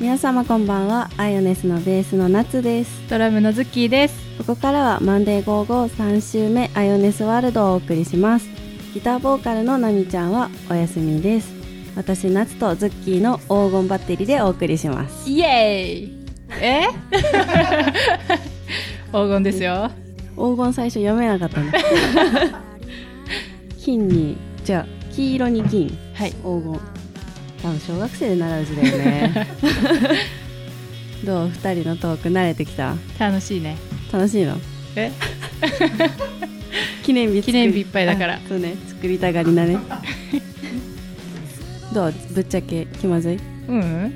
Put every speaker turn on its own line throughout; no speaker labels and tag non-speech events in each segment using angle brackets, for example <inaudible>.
皆様こんばんはアイオネスのベースの夏です
ドラムのズッキーです
ここからはマンデー553週目アイオネスワールドをお送りしますギターボーカルのナミちゃんはお休みです私夏とズッキーの黄金バッテリーでお送りします
イエーイえ <laughs> 黄金ですよ
黄金最初読めなかったんだ <laughs> 金にじゃあ黄色に銀
はい
黄金多分小学生で習う字だよ <laughs> ねどう二人のトーク慣れてきた
楽しいね
楽しいの
え
記念日作り
記念日いっぱいだから
あそうね作りたがりだ <laughs> ねどうぶっちゃけ気まずい
うん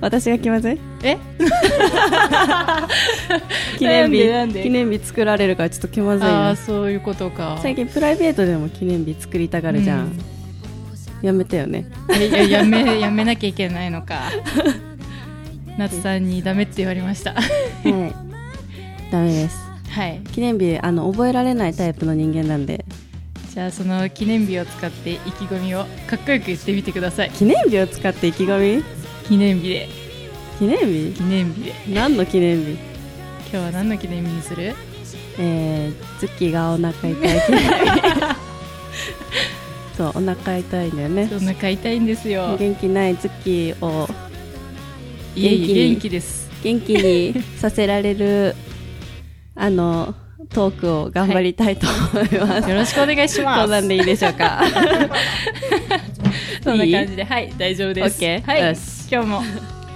私が気まずい
え
記念日
なんでなんで
記念日作られるからちょっと気まずい
ああ
な
そういうことか
最近プライベートでも記念日作りたがるじゃん、
うん
やめたよね
えややめやめなきゃいけないの <laughs> か夏さんにダメって言われました
はいダメです
はい
記念日あの覚えられないタイプの人間なんで
じゃあその記念日を使って意気込みをかっこよく言ってみてください
記念日を使って意気込み
記念日で
記念日
記念日で
何の記念日
今日は何の記念日にする
えー、ズッキーがお腹痛い記念日 <laughs> そうお腹痛いんだよね
お腹痛いんですよ
元気ないズッキーを
いえいえ
元気に
元気です
元気にさせられるあのトークを頑張りたいと思います、 <laughs>
よろしくお願いします
相談でいいでしょうか
<laughs> そんな感じで、はい、大丈夫です。
OK
はい、
よし
今日も、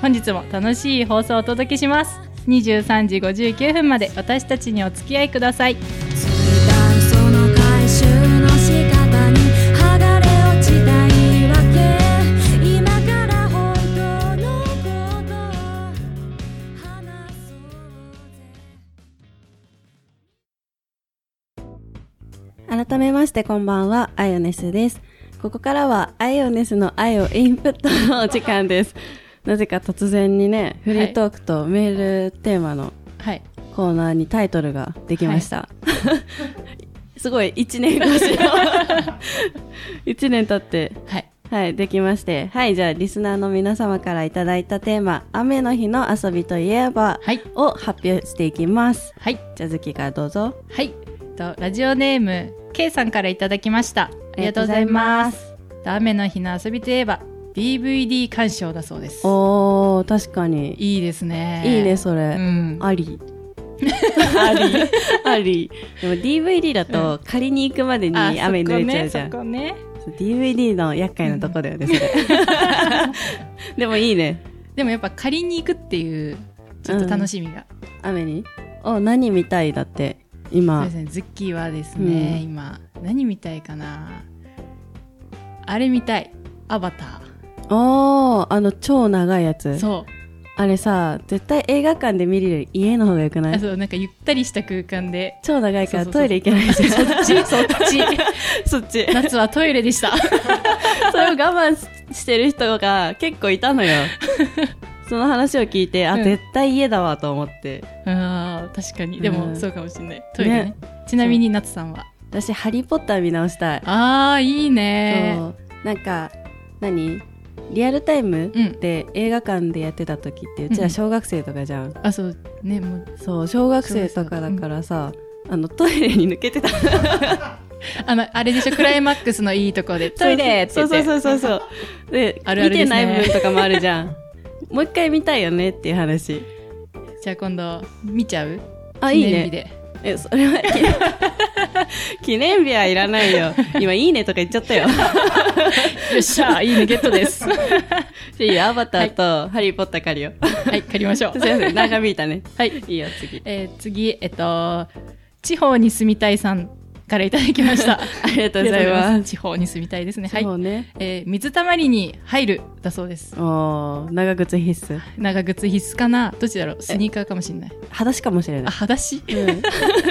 本日も楽しい放送をお届けします。23時59分まで私たちにお付き合いください。
「その回収の仕方に剥がれ落ちた言い訳」「今から本当のことを話そうぜ」
改めましてこんばんはアイオネスですここからはアイオネスの愛をインプットのお時間です <laughs> なぜか突然にねフリートークとメールテーマの
はい。
コーナーにタイトルができました。 <laughs> すごい、1年越しの。1年経って、
はい。
はい、できまして。はい、じゃあ、リスナーの皆様からいただいたテーマ、雨の日の遊びといえば、
はい。
を発表していきます。
はい。
じゃあ、ズッキーからどうぞ。
はい。と、ラジオネーム、K さんからいただきました。ありがとうございます。
す。
雨の日の遊びといえば、DVD 鑑賞だそうです。
おー、確かに。
いいですね。
いいね、。それ。
うん。
あり。 <laughs> あり。 <laughs> あり。でも DVD だと、借りに行くまでに
あ
雨濡れちゃうじゃん。
そこね。そこね
DVD の厄介なとこだよね、そ
<laughs>
れ。でもいいね。
でもやっぱ借りに行くっていう、ちょっと楽しみが。
雨に。お、何見たいだって、
そう
今
で。すね、ズッキーはですね、
うん
今何見たいかなあれ見たいアバタ
おー、あの、超長いや
ー
つ。
そう
あれさ、絶対映画館で見るより家の方がよくな
あ
い
そうなんかゆったりした空間で
超長いから
そうそうそ
ト
う
イレ行けないし。
<laughs> そっ
<laughs>
ちそっち
そっち。
夏はトイレでした
それを我慢ししてる人が結構いたのよ。
<laughs>
その話を聞いて、あ、
うん
絶対家だわと思って。
あー確かにでも、
うん
そうかもしれないトイレね
ね
ちなみに夏さんは
私、ハリーポッター見直したい。
あーいいね
そうなんか何リアルタイム
うん
で映画館でやってた時ってうち
うんう
ら
ん
小学生とかじゃん、
あそうねもう
そう小学生とかだからさ、あのトイレに抜けてた
あのあれでしょクライマックスのいいと
<laughs>
こで <laughs> トイレって
そ
言
う
って
そうそうそうそうで
あるある
見
で
て
す
な
ね
い部分とかもあるじゃん
<laughs>
もう一回見たいよねっていう話
じゃあ今度見ちゃう
あいい
記念
ね
日で
えそれは <laughs> 記念日はいらないよ今「いいね」とか言っちゃった
<laughs>
よ
よっしゃいいねゲットです
<laughs>
は
じゃあいいよアバターと「ハリー・ポッター」借りよう
い借りましょう
すいません長引いたね
はい
いいよ次
えー次、えっと、地方に住みたいさんからいただき
<laughs>
ました。あ
ありがとうございます
す。地方に住みたいですね。はい
そ。うね。
えー水たまりに入るだそうです。
おー長靴必須。
長靴必須かなどっちだろうスニーカーかもしれない。
裸足かもしれ
あ、
ない。
裸足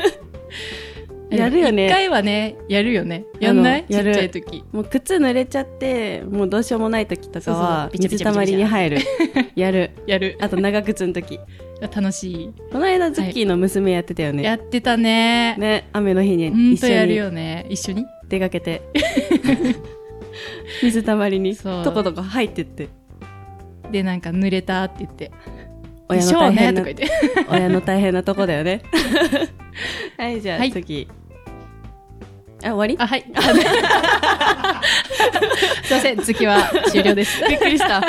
<laughs> やるよね
一回はね、やるよね。やんない
あのやる
ちっちゃい時。
もう靴濡れちゃって、もうどうしようもない時とかは、
そうそうそう
水たまりに入る。やる。
やる。
あと長靴の時。
楽し
この間、ズッキーの娘やってたよ
い。
ね。
やってたね。
ね、雨の日に
うん
一
と
緒
やる
に
よね。一緒に
出かけ
<laughs>
て。水たまりに、
そう
とことこ入ってって。
でなんか濡れたって言って「で
親
し
の
ょう
大
ね」
変
と
な
か言って
<laughs> 親の大変なとこだよ
<laughs>
ねはいじゃあ、
はい
次あ終わり
あ、はい。 <laughs> すいません、次は終了です。 <laughs> びっくりした。あ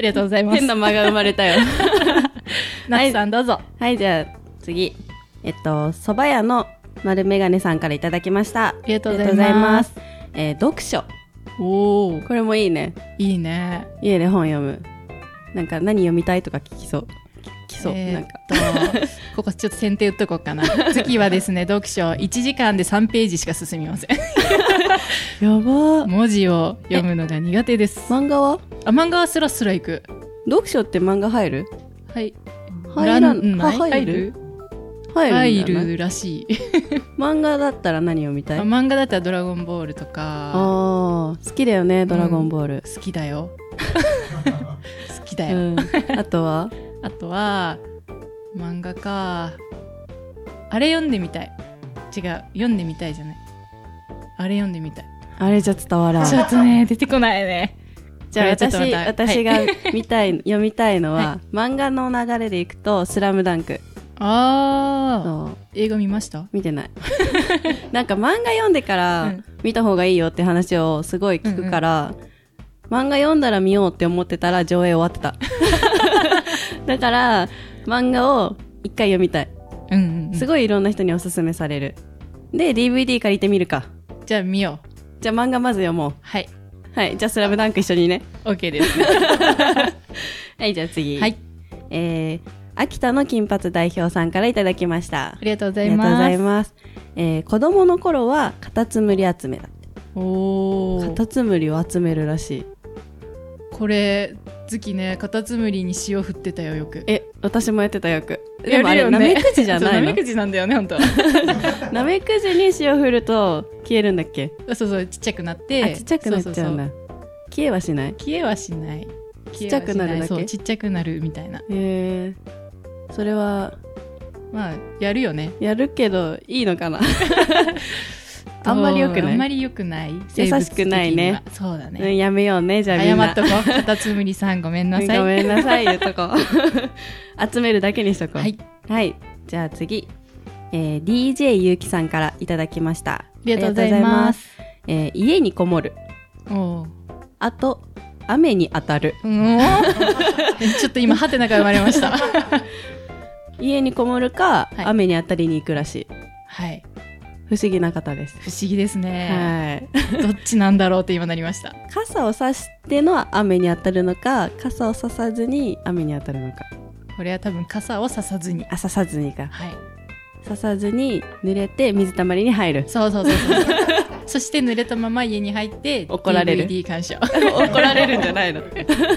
りがとうございます
変。な間が生まれたよ
なつさんどうぞ。
はいじゃあ次えっと蕎麦屋の丸眼鏡さんからいただきましたあ
ありがとうござ
りがと
います。
うございますえー読書
おお、
これもいいね
いいね。
家で本読むなんか何読みたいとか聞きそう聞きそう、
え
な
ー
ん
っ
か
と、 <laughs> ここちょっと先手打っとこうかな。次はですね、読書1時間で3ページしか進みま <laughs> せん。
やばー
文字を読むのが苦手です。
漫画は
あ、漫画はスラスラいく。
読書って漫画入る
はい。
入らん
んない
は入
入
る
る
入る
入
んじゃない
るらしい。
漫画だったら何読みたい
あ
あ
漫画だったらドラゴンボールとか、
あー好きだよね「ドラゴンボール」
好きだ <laughs> よ。好きだよ。
うん、あとは
あとは漫画かあれ読んでみたい違う読んでみたいじゃないあれ読んでみたい
あれじゃ伝わらん <laughs>
ちょっとね出てこないね
じゃあ
これ
私
ちょっとまた
私
はい
が見たい、読みたいのは
は、
漫画の流れでいくと「スラムダンク
<laughs> あー
そう
映画見ました
見てない <laughs> なんか漫画読んでか
う
ら
ん
見た方がいいよって話をすごい聞くから、漫画読んだら見ようって思ってたら上映終わって
<laughs>
ただから漫画を一回読みたい
うんうん、うん、
すごいいろんな人におすすめされるで DVD 借りてみるか
じゃあ見よう
じゃあ漫画まず読もう
はい
はいじゃあ「スラムダンク一緒にね
OK です
はいじゃあ次
はい
えー、秋田の金髪代表さんからいただきました
ありがとうご
あ
ざ
り
い
がとうご
ます
ざいます、えー、子供の頃はカタツムリ集めだ
お
カ
ー
タツムリを集めるらしい
これ月ねカタツムリに塩振ってたよよく
え私もやってたよくで
や
もあ
る
れ
よ
な
ね
めくじじゃな
<laughs> そう
い
なめ
の
くじなんだよ
<laughs>
ね本当
なめくじに塩振ると消えるんだっけ
そうそうちっちゃくなって
あちっちゃくなっちゃうんだ
そうそうそう
消えはしない
消えはしない
ちっちゃくなるだけ
消えはしいそうちっちゃくなるみたいな
えー、それは
まあやるよね
やるけどいいの
<laughs>
かなあんまり良く
そう
な
あ
い
んまり良くない
優しくないね
生物的にはそうだ
うん
ね
やめようねじゃあみん
謝
な
っとこうカタツムリさんごめんなさい
ごめんなさい言うと
<laughs>
こ集めるだけにしとこう
はいあ
はい。じゃあ次。えー DJ ゆうきさんからいただきました。あ
りがとうございます
りがとうございます。えー家にこもる。
おう
あと、雨に当たる。
うんおー <laughs> ちょっと今ハテナが生まれました <laughs>
家にこもるか、
はい
雨に当たりに行くらしい。
はい
不思議な方です。
不思議ですね
はい。
どっちなんだろうって今なりました
傘をさしての雨に当たるのか、傘をささずに雨に当たるのか。
これは多分傘をささずに
あ、ささずにか。
はい。
ささずに濡れて水たまりに入る
そうそうそうそう
<laughs>
そして濡れたまま家に入って
怒られる
DVD 鑑賞
<laughs> 怒られるんじゃないの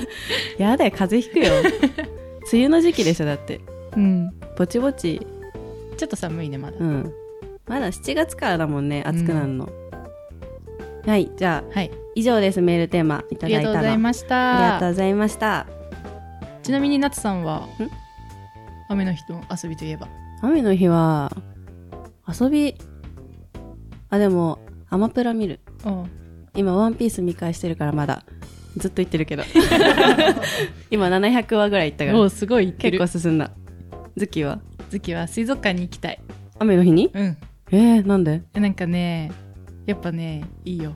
<laughs> やだよ、風邪ひくよ。梅雨の時期でしょ、だって。
うん
ぼちぼち
ちょっと寒いねまだ、
うん。まだ7月からだもんね、暑くなるの。はい、じゃあ、
はい
以上です、メールテーマい
あ
た
り
だ
が
い
と
た
う
の。
ございました
ありがとうございました。
ちなみに夏さんは雨の日の遊びといえば
雨の日は、遊び、あ、でも、アマプラ見る。今、ワンピース見返してるからまだ。ずっと言ってるけ
<laughs>
ど。今、700話ぐらいいったか
お
ら
う。すごい行って
結
る
構進んだ。ズッキーは
月は水族館に行きたい
雨の日に
うん
えー、なんで
えなんかねやっぱねいいよ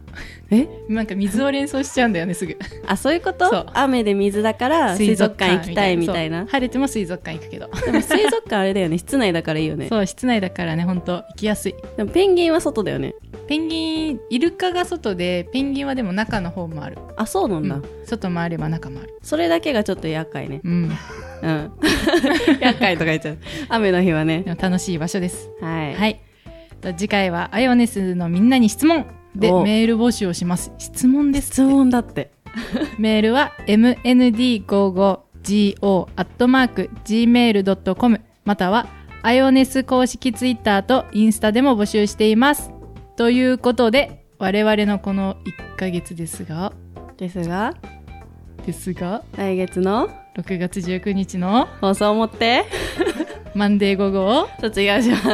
え
なんか水を連想しちゃうんだよねす
<laughs>
ぐ
あ、そういうこ
そう
と雨で水だから水族館行きたいみたい
そう
な。
晴れても水族館行くけど、
でも水族館あれだよね。 <laughs> 室内だからいいよね。
そう室内だからねほんと行きやすい
でもペンギンは外だよね。
ペンギンイルカが外でペンギンはでも中の方もある、
あ、そうなんだ。
うん外もあれば中もある
それだけがちょっと厄介ね。
うん
<laughs> うん。厄介とか言っちゃう。雨の日はね
で。も楽しい場所です
はい。
はい。と次回はアイオネスのみんなに質問で
お
メール募集をします。質問です。
質問だって。
メールは mnd55go.gmail.com またはアイオネス公式ツイッターとインスタでも募集しています。ということで、我々のこの1ヶ月ですが、
ですが、
ですが、
来月の
6月19日の
放送をもって、
マンデー午後を
卒業し <laughs> ます。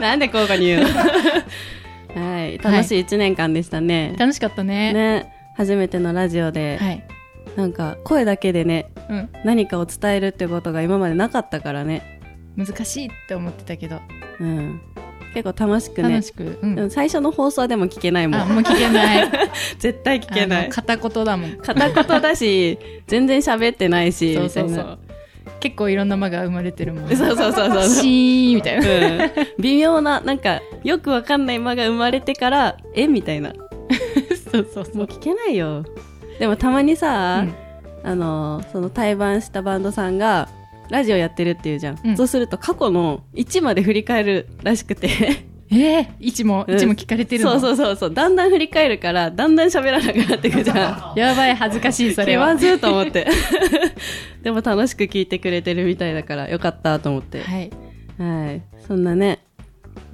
なんで交互に言う <laughs> のはい。楽しい1年間でしたね。
楽しかったね。
ね。初めてのラジオで、
はい。
なんか声だけでね
うん、
何かを伝えるってことが今までなかったからね、
難しいって思ってたけど
うん、結構楽しくね
楽しく、うん
でも最初の放送はでも聞けないも
あ
ん
もう聞けない
絶対聞けな
あ
い
の片言だもん
片言だ
<laughs>
し全然喋ってないし
そうそう
み
そ
た
う結構いろんな間が生まれてるもん
いなそうそうそうそう
シーンみ
<laughs>
たいな
うん、微妙ななんかよくわかんない間が生まれてからえみたいな
そうそう
もう聞けないよでもたまにさ、
うん
あのその対バンしたバンドさんがラジオやってるっていうじゃん、
うん
そうすると過去の1まで振り返るらしくて
えー、位置も
うん
位置も聞かれてるの、
そうそうそうそうだんだん振り返るからだんだん喋らなくなってくじ
<laughs>
ゃん
やばい恥ずかしいそ
気
れは
まずいと思って
<laughs>
<laughs> でも楽しく聞いてくれてるみたいだからよかったと思って
はい
はい、そんなね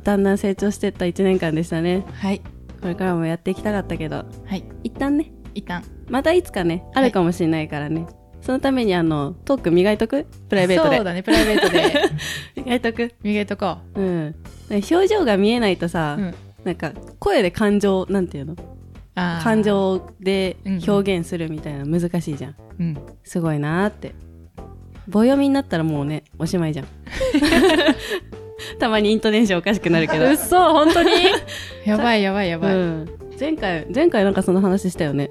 だんだん成長してった1年間でしたね
はい
これからもやっていきたかったけど
はい
一旦ね
一旦
またいつかねあるかもしれないからね、そのためにあのトーク磨いとくプライベート
そう
で
だねプライベー
<laughs>
トで
磨いとく
磨いとこ
うん表情が見えないとさ、
う、うん、
なんか声で感情なんていうの
あー
感、情で
うんうん
表現するみたいなの難しいじゃん
うん、
すごいなーって棒読みになったらもうねおしま
<laughs>
いじゃんたまにイントネーションおかしくなるけど
<laughs> うっそ本当にやばいやばいやばい、
うん、前回前回なんかその話したよね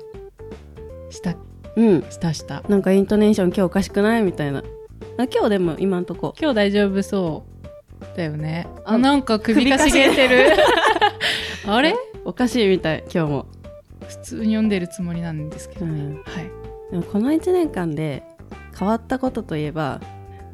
した
うん
したした
なんかイントネーション今日おかしくないみたいなあ今日でも今んとこ
今日大丈夫そうだよねあ
あ
なんか首かしげてる <laughs> あれ
おかしいみたい今日も、
普通に読んでるつもりなんですけ
う
ど、
ん、
はい
でもこの1年間で変わったことといえば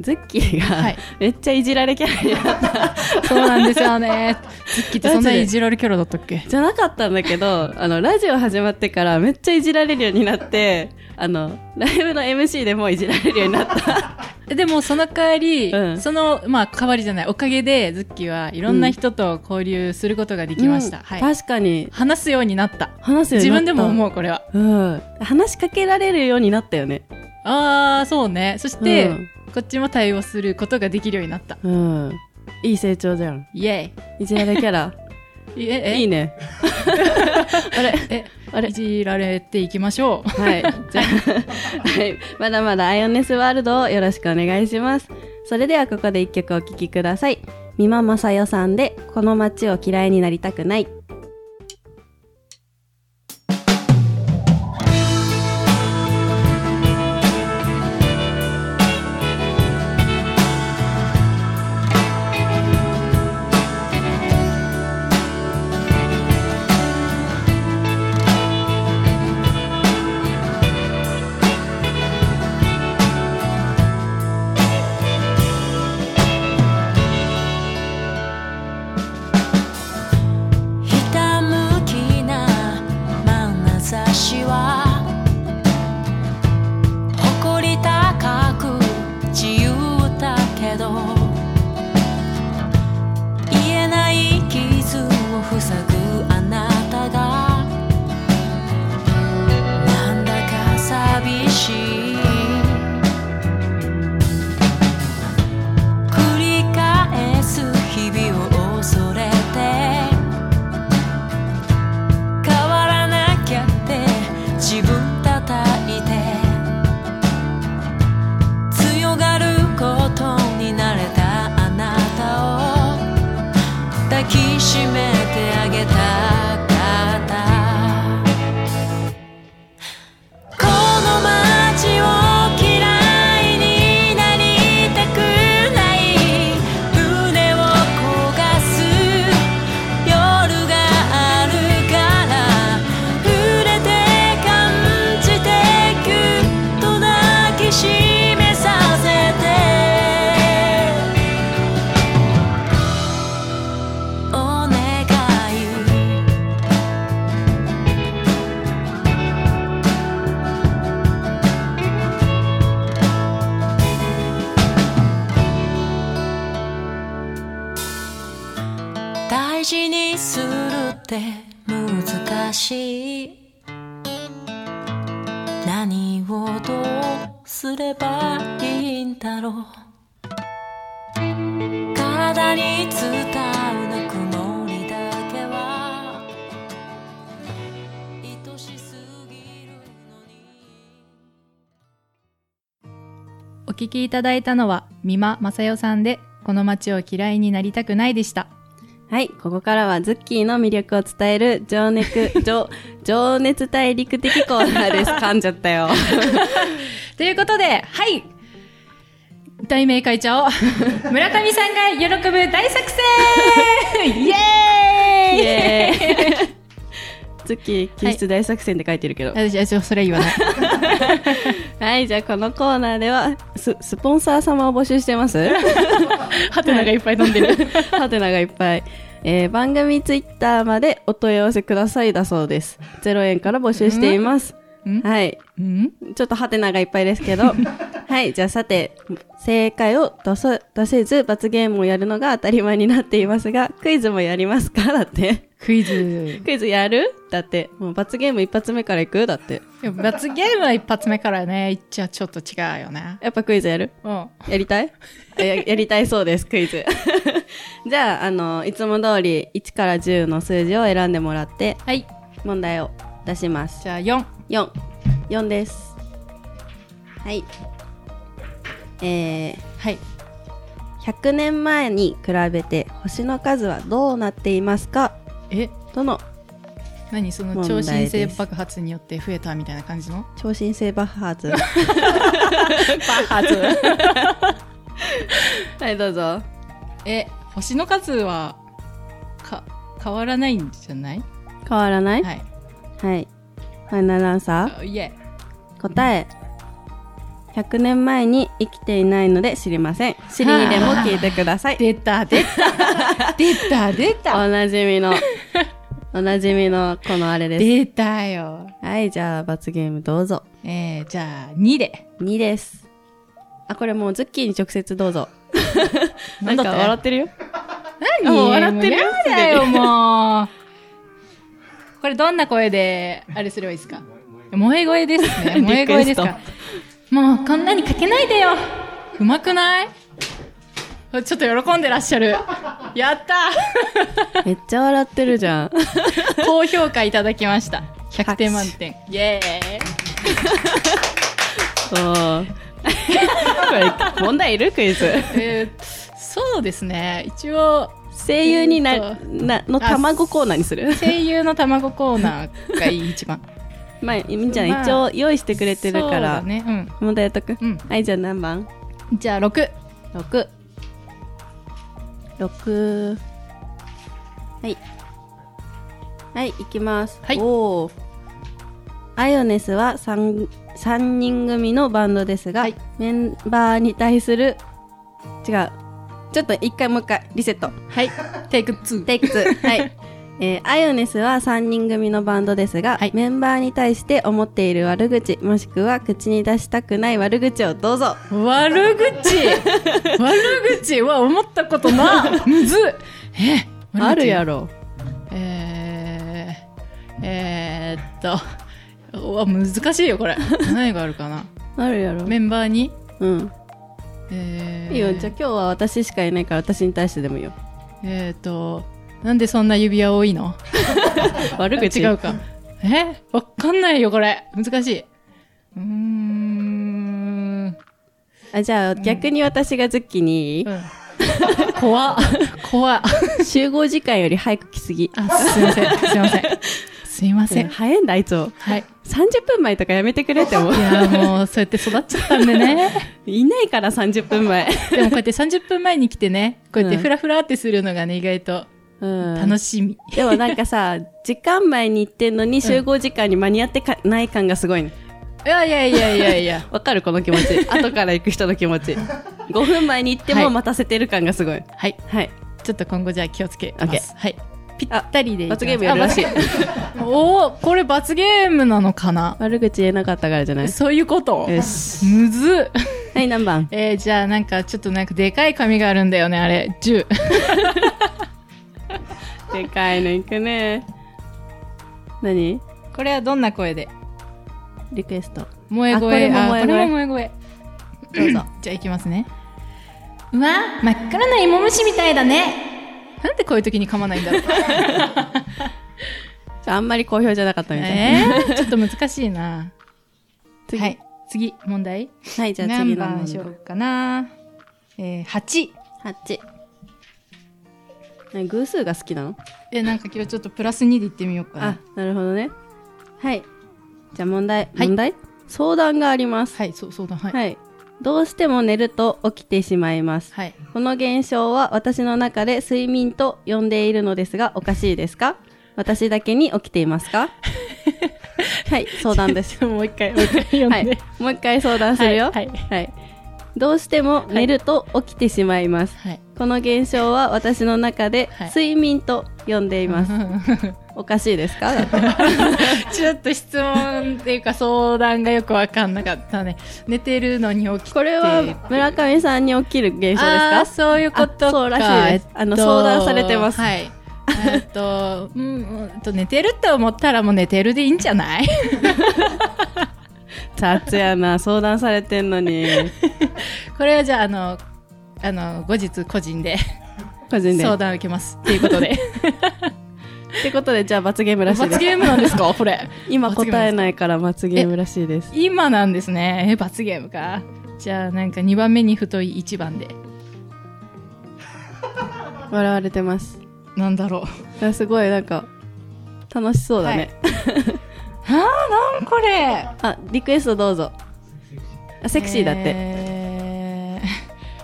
ズッキーが、
はい
<laughs> めっちゃいじられキャラになった
そうなんですよねズッキーってそんな
マジで
いじられキャラだったっけ
じゃなかったんだけどあのラジオ始まってからめっちゃいじられるようになってあのライブの MC でもいじられるようにな
<laughs>
った
でもその代わり、
うん
そのまあ代わりじゃないおかげでズッキーはいろんな人と交流することができました、
うん
はい
確かに
話すようになった
話すよう
自
になった
分でも思うこれは
うん、話しかけられるようになったよね
ああそうねそして、
うん
こっちも対応することができるようになった
うん。いい成長じゃん。
イエ
いじられキャラ。
イイエ <laughs> イえ
いいね。あ
<laughs>
れ
え
あれ
いじられていきましょう。
はい。じゃあ、はい。まだまだアイオネスワールドをよろしくお願いします。それではここで一曲お聴きください。美馬正代さんで、この街を嫌いになりたくない。
ひたむきな眼差しは誇り高く自由だけど言えない傷を塞ぐあなたがなんだか寂しい繰り返す日々を恐れて変わらなきゃって自分叩いて強がることに慣れたあなたを抱きしめてあげたかったこの街を嫌いになりたくない胸を焦がす「夜があるから」「触れて感じてぎゅっと抱きしめさせて」「お願い」大事にするって難しい何をどうすればいいんだろう体に伝うぬくもりだけは愛しすぎるのに
<laughs> お聞きいただいたのは、美馬正代さんで、この街を嫌いになりたくないでした。
はい、ここからはズッキーの魅力を伝える情熱、 <laughs> 情、情熱大陸的コーナーです。噛んじゃった
<laughs>
よ。
ということで、はい題名会長、 <laughs> 村上さんが喜ぶ大作戦 <laughs> イエーイ
イエーイズッキー、救出大作戦って書いてるけど。
私、私、それは言わない。 <laughs>
はい、じゃあこのコーナーでは、ス、スポンサー様を募集してます。
<laughs> ハテナがいっぱい飛んでる。
<laughs> ハテナがいっぱい。えー番組ツイッターまでお問い合わせくださいだそうです。0円から募集しています。
ん
はい。
うん
ちょっとハテナがいっぱいですけど。はい。じゃあさて、正解を出さ出せず罰ゲームをやるのが当たり前になっていますが、クイズもやりますか <laughs> だって。
クイズ。
クイズやるだって。もう罰ゲーム一発目からいくだって。
でも罰ゲームは一発目からね、言っちゃちょっと違うよね。
やっぱクイズやる
うん。
やりたいあや <laughs> やりたいそうです、クイズ。 <laughs> じゃあ、あの、いつも通り1から10の数字を選んでもらって、
はい。
問題を出します
じゃあ4。
四四ですはいえー、
はい。
100年前に比べて星の数はどうなっていますか
え、
との
何その
問
超
題
新星
です
爆発によって増えたみたいな感じの
超新星爆 <laughs> 発
爆発
<laughs> はいどうぞ
え、星の数は、か、変わらないんじゃない
変わらないは
はい。
い、ファイナルアンサ
あいえ。
ー答え100年前に生きていないので知りませんシリーでも聞いてくだ <laughs> さい
出た、出た。出た、出た。
おなじみの <laughs> おなじみのこのあれです
出たよ。
はいじゃあ罰ゲームどうぞ
えー、じゃあ2で。
2です。あ、これもうズッキーに直接どうぞ。 <laughs> なんか
なんだって
笑ってるよ。
何
もう笑ってる
もうやだよ、もう。これどんな声で、あれすればいいですか萌え声です <laughs> ね。萌え声です
リク
かもうこんなにかけないでよ。うまくないあちょっと喜んでらっしゃる。やった <laughs>
めっちゃ笑ってるじ <laughs> ゃん。
ー高評価いただきました。100点満点。イエーイ。
そう。これ、問題いるクイズ。
えーそうですね。一応、
声優に
え
な、
ー
な、の卵コーナーにする
声優の卵コーナーがいい、一番。
まあ、いいんじゃ
まあ
ない一応用意 <laughs> してくれてるか
そうだ
ら。
ね。
問題やっとく
うん。。
はい、じゃあ何番
うん。じゃあ、6。
?6。6。はい。はい、いきます。
はい
おーアイオネスは 3, 三人組のバンドですが、
はい
メンバーに対する違うちょっと一回もう一回リセット
はい。テイク2。
テイク2
<laughs>
はい、えーアイオネスは3人組のバンドですが、
はい
メンバーに対して思っている悪口もしくは口に出したくない悪口をどうぞ
悪口悪口は思ったことな。むずっえ悪口
ろ
えー、えーっと、うわ、難しいよ、これ。何があるかな。
あるやろ
メンバーに
うん
えー、
いいよじゃあ今日は私しかいないから私に対してでもいいよ
えーっと、なんでそんな指輪多いの
<laughs> 悪口
違うか。えわかんないよ、これ。難しい。うーん。うん、
あじゃあ逆に私がズッキーにいい、
怖っ。怖っ。
集合時間より早く来すぎ
あ、すいません。すいません。すいません。
早いんだあいつを
はい。
30分前とかやめてくれって思う
いやーもう、そうやって育っちゃったんでね。
<laughs> いないから30分前
でもこうやって30分前に来てね、こうやって
うん
フラフラってするのがね、意外と
うん
楽しみ。
でもなんかさ時間前に行ってんのに集合時間に間に合ってかない感がすごいね
いやいやいやいやいや。
わかるこの気持ち
<laughs>
後から行く人の気持ち5分前に行って
は
も
い
待たせてる感がすごい
はい。
はい
ちょっと今後じゃあ気をつけます。はい。ぴったりでいきま
罰
す。
ゲームやるらしい
あ。罰おー、これ罰ゲームなのかな
悪口言えなかったからじゃない
そういうこと
よし
むずっ。
はい何番
えー、じゃあなんかちょっとなんかでかい紙があるんだよねあれ10
でかいの行くね何
これはどんな声で
リクエスト
萌え声
あこれも萌え声
あこれも萌え声
どうぞ
じゃあいきますねうわ真っ黒な芋虫みたいだねなんでこういう時に噛まないん <laughs> だろう
あんまり好評じゃなかったみたい、
えー、ちょっと難しいな
次
はい次、問題。
はい、じゃあ
何
次の
番
問
しよ
題
う。かな。えー、8。
8。ね偶数が好きなの
え、なんか今日ちょっとプラス2でいってみようかな
あ。、なるほどね。はい。じゃあ問題、
はい
問題相談があります。
はい、そう、そうだ、はい。
はい。どうしても寝ると起きてしまいます。 <laughs>
はい。
この現象は私の中で睡眠と呼んでいるのですが、おかしいですか私だけに起きています
<laughs>
かはい、相談です。
もう一回、もう一回読ん
はい。もう一回相談するよ。
はい。はい。
はい。どうしても寝ると起きてしまいます。
はい
この現象は私の中で
はい
睡眠と呼んでいます。おかしいです
<laughs>
か <laughs>
ちょっと質問っていうか相談がよくわかんなかったね。寝てるのに起きて。
これは村上さんに起きる現象です
あー
か
そういうことか。
あそうらしいですあの相談されてます
はい。えっと、うん、うんと寝てるって思ったらもう寝てるでいいんじゃない <laughs>
雑やな、相談されてんの
<laughs>
に。
これはじゃあ、あの、あの、後日個人で
個人で。
相
っ
談を受けます。っていうことで。
てことで、じゃあ罰ゲ <laughs> ームらしいで
罰
す。
ゲームなんですかこれ。
今
罰ゲーム
答えないから罰ゲームらしいです。
今なんですね。え、罰ゲームか。じゃあ、なんか2番目に太い1番で。
笑われてます。
なんだろう。
だからすごい、なんか、楽しそうだね。
あー、なんこれ。
あ、リクエストどうぞ。あセクシーだって。
えー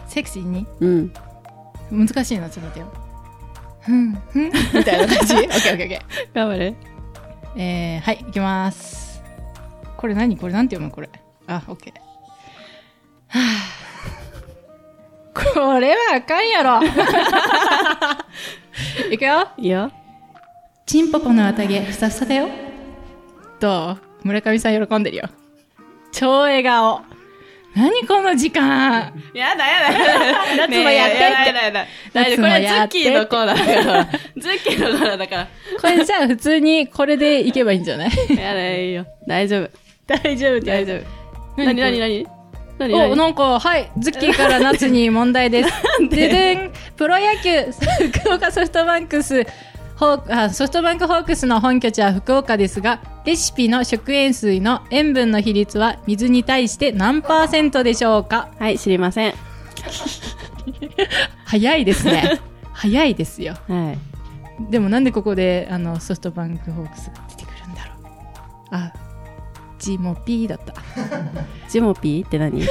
セクシーに
うん。
難しいな、ちょっと待ってよ。ふん、ふんみたいな感 <laughs> じ。オッケーオッケーオッケ
頑張れ。
ー。えー、はい、いきます。これ何これなんて読むこれ。あ、オッケー。はぁ。これはあかんやろ。 <laughs> いくよ。
いいよ。
チンポポの綿毛、ふさふさだよ。どう村上さん喜んでるよ。超笑顔。何この時間。
やだやだ <laughs> やだ。夏
もやってって
大丈夫。こ
夏も
れズッ
やって
キーのコーナーだから。ズッキーのコーナーだから。
これじゃあ普通にこれでいけばいいんじゃない <laughs>
やだいいよ。大丈夫。
大丈夫
大丈夫。なになになになに
お、なんか、はい、ズッキーから夏に問題です。ででん、プロ野球、福岡ソフトバンクス、ホーあソフトバンクホークスの本拠地は福岡ですが、レシピの食塩水の塩分の比率は水に対して何パーセントでしょうか
はい、知りません。
早いですね。早いですよ。
はい。
でもなんでここであのソフトバンクホークスが出てくるんだろう。あ、ジモピーだった。
ジモピーって何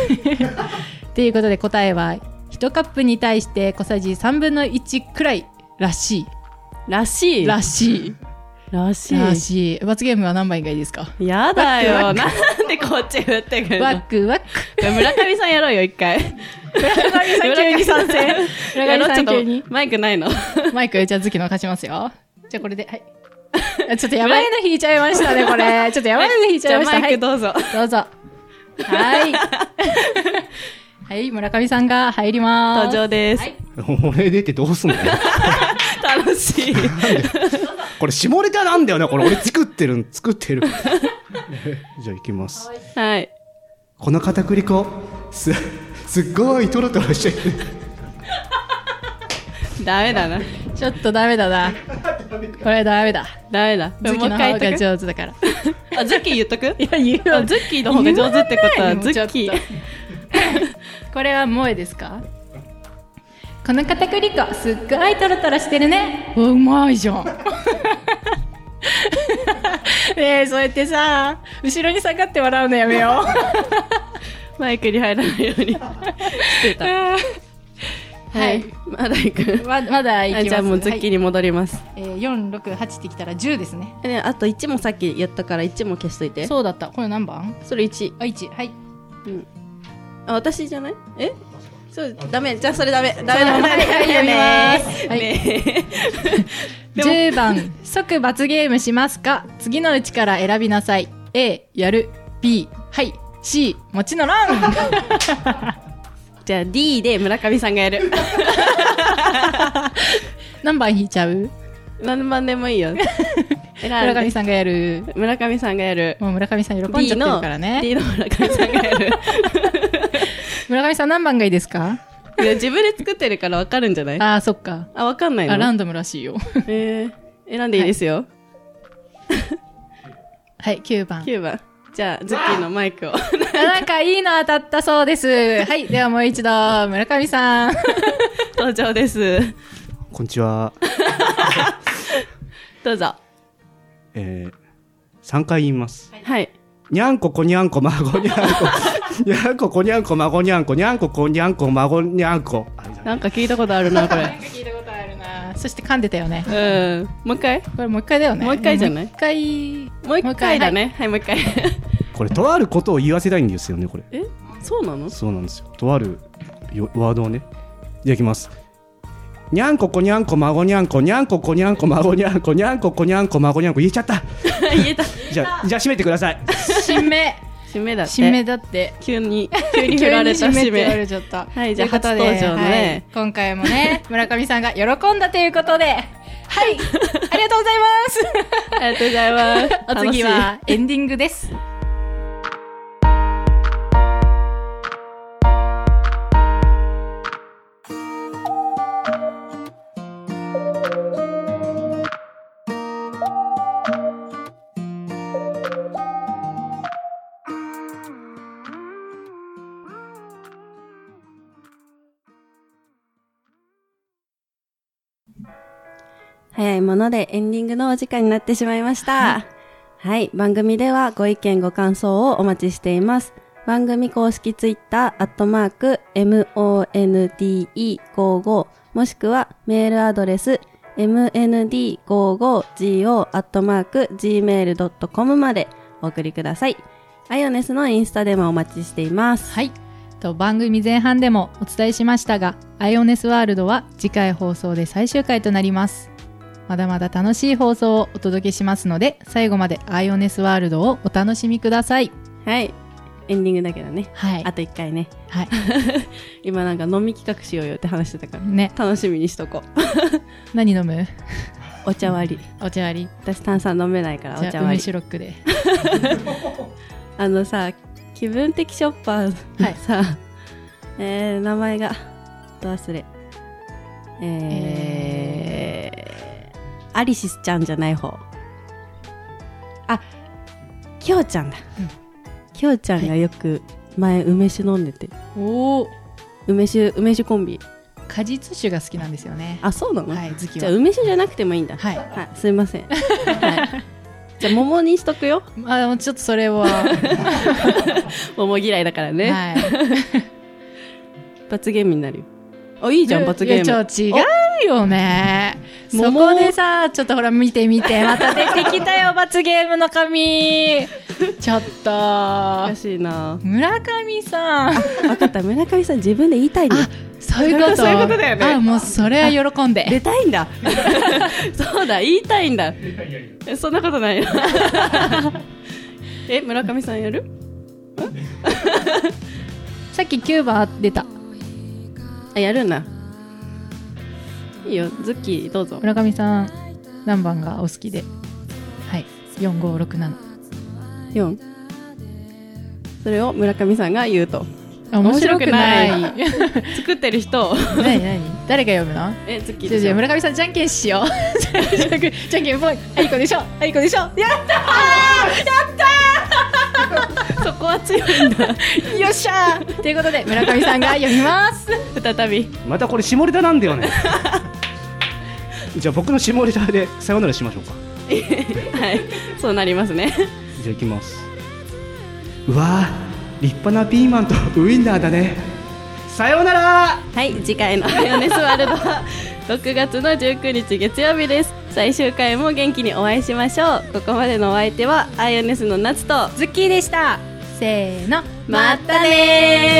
ということで答えは1カップに対して小さじ3分の1くらいらし
らし
い
い。
らしい
らし
らしい罰ゲームは何番がいいですか
い。やだよ。なんでこっち振ってくる
ワッ
の
クワック
村上さんやろうよ、一回。村上
さん急に参戦
村上さん急
急に
に。マイクないの
マイクじゃあズキの勝ちますよじゃあこれではいあちょっとやばいの引いちゃいましたねこれちょっとやばいの引い
じ
ちゃ
ゃ
い
あ
ました
マイ
は
ク
い
どうぞ。
どうぞはい <laughs> はい村上さんが入ります
登場です。
<laughs> 俺出てどうすんの
楽しい。
これ下ネタなんだよねこれ俺作ってるん作ってる <laughs> じゃあいきます
はい。
この片栗粉すすっごいトロトロしてる
ダメだな。
ちょっとダメだなこれダメだ
ダメだ。
ズキ
もう
の
一
方
回
が
言っと
上手だから
く。あ、ズッキー言っとく
いや言う
あズッキーの方が上手ってことは、
言わない
ズ
の
ッキ
ちょっ
ー。
と <laughs> これは萌えですかこの片栗粉すっごいトロトロしてるねうまいじ <laughs> ゃんねえそうやってさ後ろに下がって笑うのやめよう
マイクに入らないようにして
<laughs>
た。
はい。
まだ行く。
ままだいきま
あ
す
じゃあもうズッキーに戻ります。
はいえー468ってきたら10ですね
ねあと1もさっきやったから1も消しといて。
そうだったこれ何番
それ1。
あ1はい
あ、私じゃないえそう、ダメ。じゃあそれダメ。ダメダメダメ。
はい読みますはい
ねでも
10番即罰ゲームしますか次のうちから選びなさい A やる B はい C もちのらん <laughs>
じゃあ D で村上さんがやる。
何番引いちゃう
何番でもいいよ。 <laughs> 選
村
んで
上さんがやる
村上さんがやる。
もう村上さん喜んじゃっ
D
てる
の、
からね
D の村上さんがやる。
村上さん何番がいいですか
いや、自分で作ってるからわかるんじゃない
あーそっか
あ、わかんないの
あランダムらしいよ
えー、選んでいいですよ。
はい9番
9番。じゃあ、ズッキーのマイク
<laughs>
を。
なんかいいの当たったそうです。はい。ではもう一度、村上さん。
登場です。
こんにちは。
どうぞ。
えー、3回言います。
はい。
にゃんここにゃんこまごにゃんこ。にゃんここにゃんこまごにゃんこ。にゃんここにゃんこまごにゃんこ。あ
なんか聞いたことあるな、これ。
<laughs> 聞いたことあるな。そして噛んでたよね。
うん。もう一回
これもう一回だよね。
もう一回じゃない
もう一回。
もう一回だね。はい、もう一回。
これ、とあることを言わせたいんですよね、これ。
え
<laughs>
そうなの
そうなんですよ。とあるよワードをね。いただきます。にゃんここにゃんこまごにゃんこ。にゃんここにゃんこまごにゃんこ。にゃんここにゃんこまごにゃんこ。言えちゃった。
言えた。
じゃあ、じゃあ閉めてください。
はい。新名。
<laughs> 締めだって。
新名だって。
急に、急に振られた
急に締
締
めって言わ
め。
れちゃった。
はいじゃあ
とうことで
初登場のね
はい今回もね、村上さんが喜んだということで。はい。ありがとうございます。
ありがとうございます。
<laughs> お次はエンディングです。
早いものでエンディングのお時間になってしまいました。はい、番組ではご意見ご感想をお待ちしています。番組公式ツイッター、アットマーク、monde55、もしくはメールアドレス、mnd55go、アットマーク、gmail.com までお送りください。アイオネスのインスタでもお待ちしています。
はい。と番組前半でもお伝えしましたが、アイオネスワールドは次回放送で最終回となります。まだまだ楽しい放送をお届けしますので、最後までアイオネスワールドをお楽しみください。
はい。エンディングだけどね。
はい
あ。と一回ね。
はい。
今なんか飲み企画しようよって話してたから。
ね、
楽しみにしとこう。
何飲む
お茶割り。
お茶割り。
私炭酸飲めないからお
じゃ
茶
あ、梅
割り。
シロックで。
あのさ、気分的ショッパー
はい
のさ、えー、名前が、ど忘れ。えー、アリシスちゃんじゃない方。あ、きょうちゃんだ。
うん
きょうちゃんがよく前梅酒飲んでて。
おお。
梅酒、梅酒コンビ。
果実酒が好きなんですよね。
あ、そうなの、
はい、好き
じゃあ
は。
梅酒じゃなくてもいいんだ。
はい。
はい、すいません。はい。じゃあ桃にしとくよ。
まあ、でもちょっとそれ <laughs> は。は
桃嫌いだからね。
い。
罰ゲームになるよ。あ、いいじゃん、罰ゲーム。
いやちょ違うよね。そ
桃
こでさ、ちょっとほら見て見て、また出てきたよ、罰ゲームの紙。ちょっ
お
と
か。しいな。
村上さん。
分かった、村上さん自分で言いたいんだ。
そういうこと。
そういうことだよね
あ、もうそれは喜んで。
出たいん
<laughs>
だ。そうだ、言いたいんだ。えそんなこと
<laughs>
ないよ。え、村上さんやる
さっき9番出た。
あ、やるんだ。いいよ、ズッキーどうぞ。
村上さん、何番がお好きで。はい。4567。
4。それを村上さんが言うと。
あ面白くない。
面
何
<laughs> 作ってる人を、
何誰が読むの
え、ズッキー
じゃあじ
でし
ゃあ
ょ。
村上さんじゃんけんしよう。じゃんけんじゃんけんぽい。あいこでしょ。あいこでしょ。やった
そこは強いんだ。
ー。よっしゃ <laughs> ー。ということで村上さんが読みます。
再び。
またこれ下ネタなんだよねじゃあ僕の下ネタでさよならしましょうか
はい、そうなりますね。
じゃあ行きますうわー立派なピーマンとウインナーだねさよなら
はい、次回のアイオネスワールドは6月の19日月曜日です。最終回も元気にお会いしましょう。ここまでのお相手はアイオネスの夏と
ズッキーでした。せーの。
またねー